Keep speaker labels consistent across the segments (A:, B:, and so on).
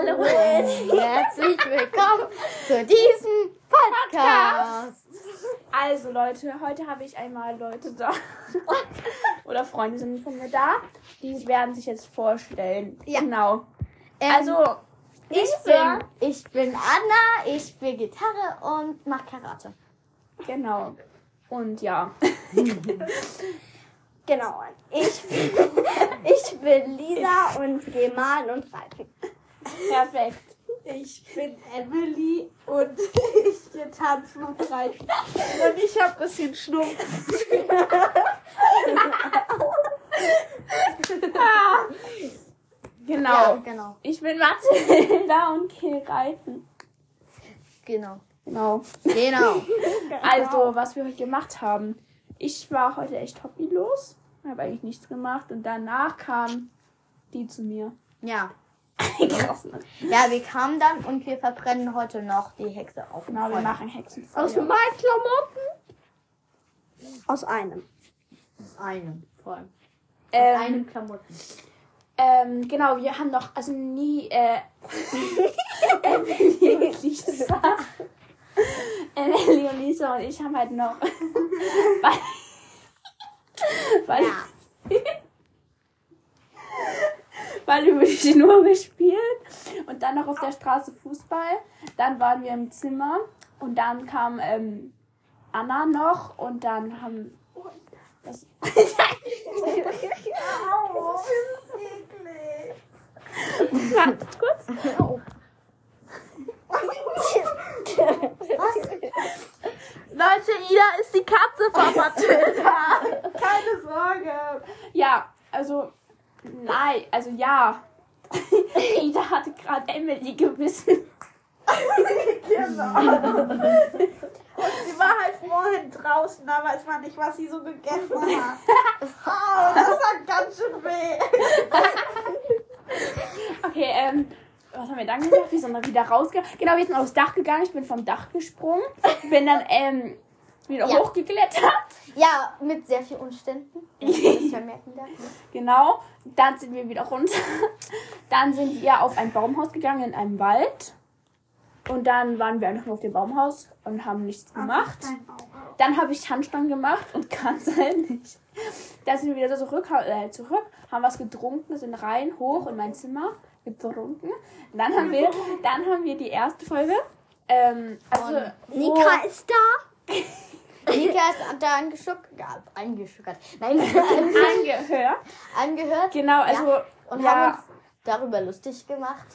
A: und herzlich willkommen zu diesem Podcast.
B: Also Leute, heute habe ich einmal Leute da. Oder Freunde sind von mir da. Die werden sich jetzt vorstellen.
A: Ja.
B: Genau.
A: Ähm,
B: Also,
A: ich bin, ich bin Anna, ich spiele Gitarre und mache Karate.
B: genau. Und ja.
C: Genau. Ich bin, ich bin Lisa und gehe malen und reiten.
B: Perfekt.
C: Ich bin Emily und ich gehe tanzen und reiten.
B: Und ich habe ein bisschen Schnupfen.
A: Ja,
B: genau.
A: genau.
B: Ich bin Mathilda und gehe reiten.
A: Genau.
B: Genau.
A: Genau.
B: Also, was wir heute gemacht haben. Ich war heute echt hobbylos, habe eigentlich nichts gemacht und danach kamen die zu mir.
A: Ja.
B: Krass, ne?
A: Ja, wir kamen dann und wir verbrennen heute noch die Hexe auf. dem
B: Genau, wir
A: Feuer.
B: machen Hexenfeuer.
C: meinen Klamotten? Aus einem.
A: Aus einem. Vor allem. Aus
B: ähm,
A: einem Klamotten.
B: ähm, genau, wir haben noch, also nie, äh, Emily und Lisa. Emily und Lisa und ich haben halt noch. weil, weil, weil über die Schnur gespielt und dann noch auf der Straße Fußball. Dann waren wir im Zimmer und dann kam ähm, Anna noch und dann haben. Das,
C: Au, das Genau. ist eklig.
B: Warte kurz. Leute, Ida ist die Katze von Matilda.
C: Keine Sorge.
B: ja, also, nein, also ja. Ida hatte gerade Emily gebissen.
C: Genau. Sie war halt vorhin draußen, da weiß man nicht, was sie so gegessen hat. Oh, das hat ganz schön weh.
B: Okay, ähm, was haben wir dann gesagt? Wir sind mal wieder rausgegangen. Genau, wir sind aufs Dach gegangen. Ich bin vom Dach gesprungen. Bin dann, ähm, wieder
A: Ja.
B: hochgeklettert.
A: Ja, mit sehr viel Umständen. wenn ich Das vermerken darf.
B: Genau, dann sind wir wieder runter. Dann sind wir auf ein Baumhaus gegangen in einem Wald. Und dann waren wir einfach nur auf dem Baumhaus und haben nichts gemacht. Dann habe ich Tanzstand gemacht und kann halt nicht. Dann sind wir wieder zurück, äh, zurück, haben was getrunken, sind rein, hoch in mein Zimmer, getrunken. Dann haben wir, dann haben wir die erste Folge. Ähm, also,
A: Von
B: wo-
C: ist da.
A: Oh. Nika ist da angeschuckert. Ja, eingeschuckert. Nein,
B: angehört.
A: angehört.
B: Genau, also.
A: Und
B: ja.
A: haben uns darüber lustig gemacht.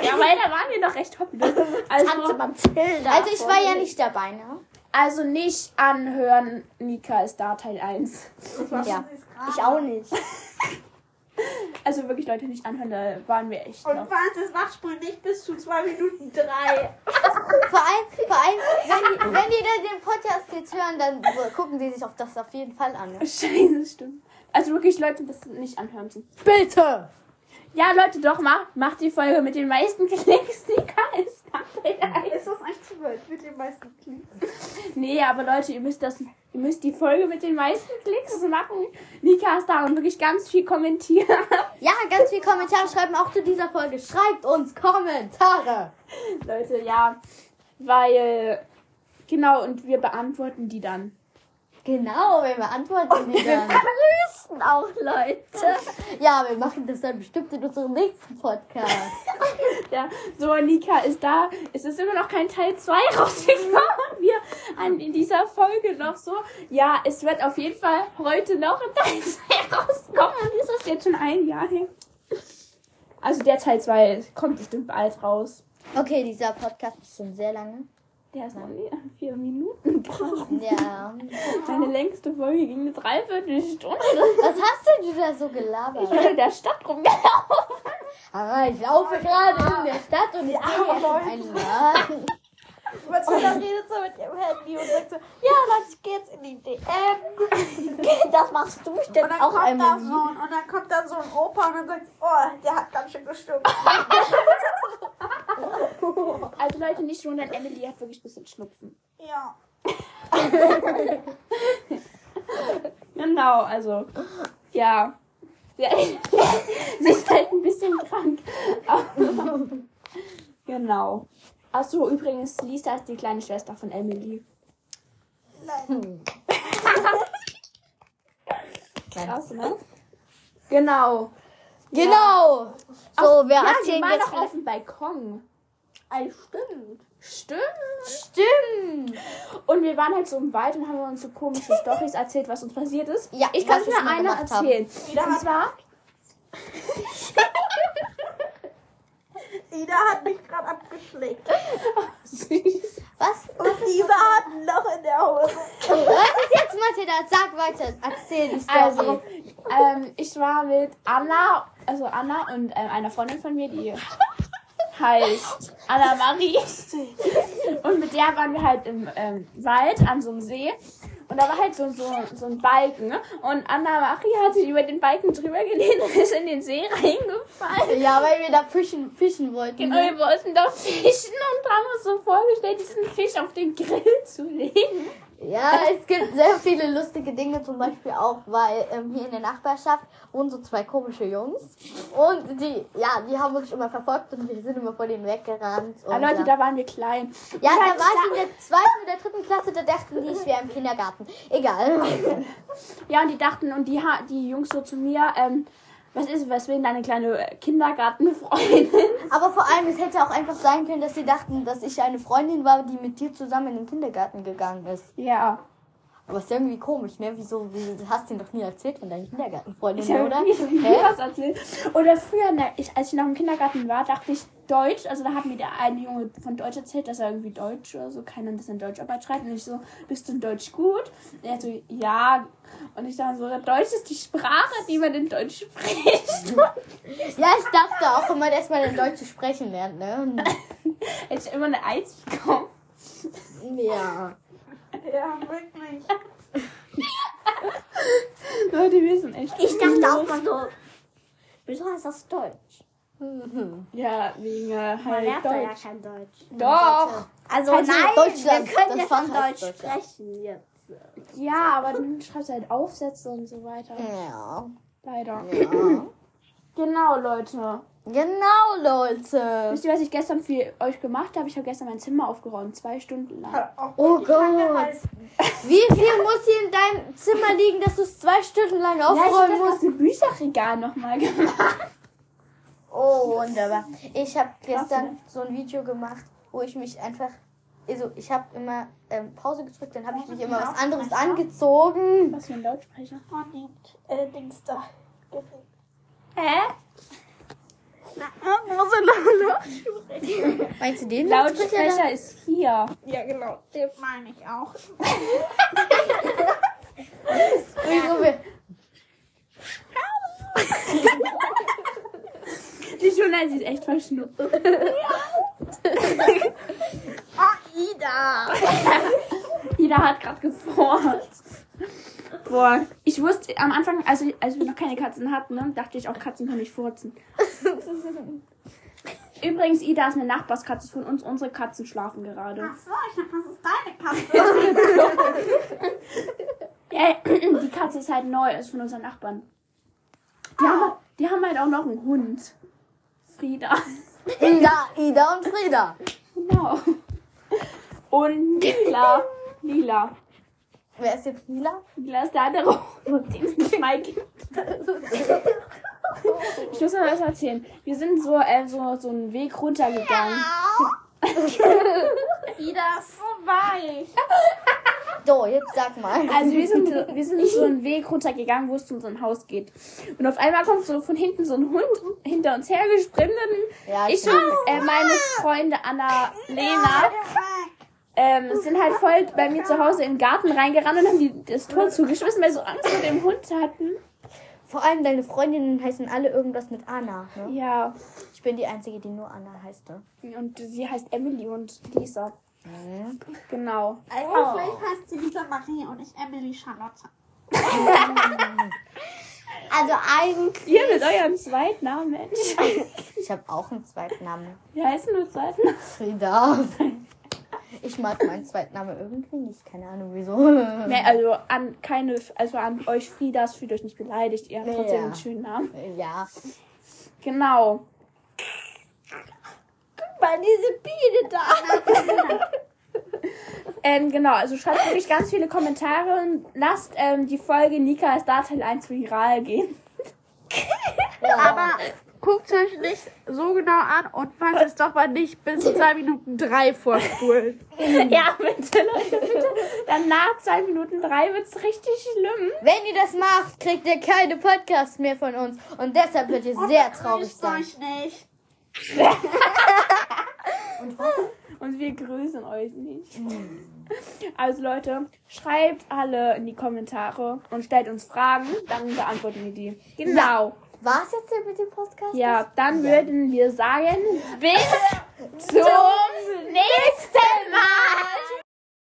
B: Ja, weil da waren wir noch recht hobbylos. Also,
C: Matilda.
A: Also ich war ja nicht dabei, ne?
B: also nicht anhören, Nika ist da Teil 1.
A: Ja.
C: Ich auch nicht.
B: Also wirklich Leute nicht anhören, da waren wir echt
C: Und
B: noch.
C: falls es Nachspiel nicht bis zu 2 Minuten 3.
A: Vor allem, vor allem wenn, die, wenn die dann den Podcast jetzt hören, dann gucken die sich auf das auf jeden Fall an. Ne?
B: Scheiße, stimmt. Also wirklich Leute, das nicht anhören.
A: Bitte!
B: Ja, Leute, doch, macht, macht die Folge mit den meisten Klicks, Nika ist da Teil 1.
C: Ist das echt zu weit mit den meisten Klicks?
B: Nee, aber Leute, ihr müsst das, ihr müsst die Folge mit den meisten Klicks machen. Nika ist da und wirklich ganz viel kommentieren.
A: Ja, ganz viel Kommentare schreiben auch zu dieser Folge. Schreibt uns Kommentare!
B: Leute, ja, weil, genau, und wir beantworten die dann.
A: Genau, wir beantworten die dann.
C: Grüßen auch Leute.
A: Ja, wir machen das dann bestimmt in unserem nächsten Podcast.
B: Ja, so, Nika ist da. Es ist immer noch kein Teil 2 rausgekommen. Wir an, in dieser Folge noch so. Ja, es wird auf jeden Fall heute noch ein Teil 2 rauskommen. Und ist das jetzt schon ein Jahr her? Also der Teil 2 kommt bestimmt bald raus.
A: Okay, dieser Podcast ist schon sehr lange.
B: Der ist noch nie an vier Minuten gebraucht.
A: Ja.
B: Meine längste Folge ging eine Dreiviertelstunde.
A: Was hast du denn da so gelabert?
B: Ich bin in der Stadt rumgelaufen.
A: Ah, ich laufe gerade in der Stadt und ich gehe jetzt in einen Laden.
C: Matilda redet so mit ihrem Handy und sagt so, ja Leute, ich gehe jetzt in die DM. Das machst du
A: denn
C: und dann
A: auch
C: kommt da
A: Emily?
C: so ein, Und dann kommt da so ein Opa und dann sagt, oh, der hat ganz schön gestunken.
B: Also Leute, nicht wundern, Emily hat wirklich ein bisschen Schnupfen.
C: Ja.
B: Genau, also, ja. Sie, sie ist halt ein bisschen krank. Aber, Genau. Achso, übrigens, Lisa ist die kleine Schwester von Emily.
C: Hm.
B: Krass, ne? Genau.
A: Genau. So, wir
B: Ja, die
A: erzählen
B: waren
A: jetzt
B: doch auf
A: vielleicht.
B: dem Balkon.
C: Ey, stimmt.
B: Stimmt.
A: Stimmt.
B: Und wir waren halt so im Wald und haben uns so komische Storys erzählt, was uns passiert ist.
A: Ja,
B: Ich kann
A: was wir
B: dir
A: schon mal
B: eine
A: gemacht haben.
B: erzählen.
C: Ida
B: Und
C: hat,
B: zwar,
C: Ida hat mich gerade abgeschlägt.
A: Was?
C: Und Ida hat ein Loch in der Hose.
A: Was ist jetzt, Mathilda? Sag weiter. Erzähl die Story.
B: also, ähm, ich war mit Anna, also Anna und ähm, einer Freundin von mir, die heißt Anna Marie. Und mit der waren wir halt im ähm, Wald an so einem See. Und da war halt so, so, so ein Balken. Und Anna Marie hatte über den Balken drüber gelehnt und ist in den See reingefallen.
A: ja, weil wir da fischen, fischen wollten. ne?
B: Genau, wir wollten da fischen und haben uns so vorgestellt, diesen Fisch auf den Grill zu legen.
A: Ja, es gibt sehr viele lustige Dinge, zum Beispiel auch, weil ähm, hier in der Nachbarschaft wohnen so zwei komische Jungs. Und die, ja, die haben uns immer verfolgt und wir sind immer vor denen weggerannt. Und,
B: Ah, Leute,
A: Oh, ja,
B: da waren wir klein.
A: ja
B: Und
A: da
B: halt,
A: war ich in der zweiten oder dritten Klasse, da dachten die, ich wäre im Kindergarten. Egal.
B: Ja, und die dachten, und die, ha- die Jungs so zu mir, ähm, was ist, was will denn deine kleine äh, Kindergartenfreundin?
A: Aber vor allem, es hätte auch einfach sein können, dass sie dachten, dass ich eine Freundin war, die mit dir zusammen in den Kindergarten gegangen ist.
B: Ja.
A: Aber ist irgendwie komisch, ne? Wieso wieso- du hast du noch nie erzählt von deiner Kindergartenfreundin,
B: Ich habe
A: oder?
B: nie nie
A: Hä?
B: was erzählt. Oder früher, ne, ich, als ich noch im Kindergarten war, dachte ich Deutsch. Also da hat mir der eine Junge von Deutsch erzählt, dass er irgendwie Deutsch oder so kann und das in Deutscharbeit schreibt. Und ich so, bist du in Deutsch gut? Und er so, ja. Und ich dachte so, Deutsch ist die Sprache, die man in Deutsch spricht.
A: Ja, ich dachte auch immer, dass man in Deutsch zu sprechen lernt, ne?
B: Hätte ich immer eine Eins bekommen.
A: Ja.
C: Ja, wirklich.
B: Leute, wir sind echt.
D: Ich dachte auch mal so, wieso heißt das Deutsch?
B: Ja, wegen äh,
D: Man
B: halt
D: lernt doch
B: Deutsch.
D: ja kein Deutsch.
B: Doch.
D: Also
A: Also
D: nein,
A: Deutschland,
D: wir können
A: das
D: ja
A: Fach
D: schon
A: heißt
D: Deutsch
A: Deutschland.
D: sprechen jetzt.
B: Ja, aber dann schreibst du halt Aufsätze und so weiter.
A: Ja.
B: Leider.
A: ja.
B: Genau, Leute.
A: Genau, Leute.
B: Wisst ihr, was ich gestern für euch gemacht habe? Ich habe gestern mein Zimmer aufgeräumt, zwei Stunden lang.
A: Oh
C: Ich kann mir
A: Gott.
C: halt-
A: Wie viel muss hier in deinem Zimmer liegen, dass du es zwei Stunden lang
B: Ja, ich
A: aufräumen
B: habe
A: musst?
B: das ein Bücherregal nochmal gemacht.
A: Oh, wunderbar. Ich habe gestern so ein Video gemacht, wo ich mich einfach. Also, ich habe immer ähm, Pause gedrückt, dann habe ich mich immer was anderes angezogen.
B: Was für ein Lautsprecher.
C: Oh, die äh, Dings da. Gefällt.
B: Hä?
A: Meinst du den
B: Lautsprecher ist hier.
C: Ja, genau. Den meine ich auch.
A: Wieso wir-
B: Die Jonas ist echt verschnupft.
C: Oh, Ida.
B: Jeder hat gerade gefurzt. Boah, ich wusste am Anfang, als, ich, als wir noch keine Katzen hatten, ne, dachte ich auch, Katzen können nicht furzen. Übrigens, Ida ist eine Nachbarskatze von uns. Unsere Katzen schlafen gerade.
C: Ach so, ich dachte, das ist deine Katze.
B: Ja, die Katze ist halt neu, ist von unseren Nachbarn. Die, haben, die haben halt auch noch einen Hund. Frieda.
A: Ida, Ida und Frieda.
B: Genau. Und Lila. Lila.
A: Wer ist jetzt Lila?
B: Lila ist der andere Hund, den es nicht mal gibt. Ich muss mal was erzählen. Wir sind so, äh, so, so einen Weg runtergegangen.
C: Ida ist so weich.
A: So, jetzt sag mal.
B: Also wir sind, so- wir sind so einen Weg runtergegangen, wo es zu unserem Haus geht. Und auf einmal kommt so von hinten so ein Hund hinter uns hergesprintet.
A: Ja,
B: Ich und äh, meine Freunde Anna, Lena ähm, sind halt voll bei mir zu Hause in den Garten reingerannt und haben die, das Tor zugeschmissen, weil sie so Angst vor dem Hund hatten.
A: Vor allem deine Freundinnen heißen alle irgendwas mit Anna. Ne?
B: Ja,
A: Ich bin die Einzige, die nur Anna heißt. Ne?
B: und sie heißt Emily und Lisa. Genau.
C: Eigentlich Also heißt sie Lisa Marie und ich Emily Charlotte.
A: Also eigentlich.
B: Ihr mit eurem Zweitnamen, Mensch.
A: Ich habe auch einen Zweitnamen.
B: Wie heißt denn du Zweitnamen?
A: Frieda. Ich mag meinen Zweitnamen irgendwie nicht. Keine Ahnung wieso.
B: Nee, also an keine, also an euch Friedas, fühlt euch nicht beleidigt. Ihr habt
A: Nee,
B: trotzdem
A: ja.
B: einen schönen Namen.
A: Ja.
B: Genau.
C: Bei
D: Mann, diese Biene da.
B: Ähm, genau, also schreibt wirklich ganz viele Kommentare und lasst ähm, die Folge Nika ist da Teil 1 viral gehen.
A: Ja.
C: Aber guckt euch nicht so genau an und macht es doch mal nicht bis 2 Minuten 3 vorspulen.
B: ja, bitte, Leute, bitte. Dann nach 2 Minuten 3 wird's richtig schlimm.
A: Wenn ihr das macht, kriegt ihr keine Podcasts mehr von uns. Und deshalb wird ihr sehr traurig
C: Grüßt
A: sein.
C: euch nicht.
B: Und wir grüßen euch nicht. Also Leute, schreibt alle in die Kommentare und stellt uns Fragen, dann beantworten wir die. Genau.
A: War es jetzt hier mit dem Podcast?
B: Ja, dann würden wir sagen,
A: Bis
B: zum nächsten Mal.
A: Mal.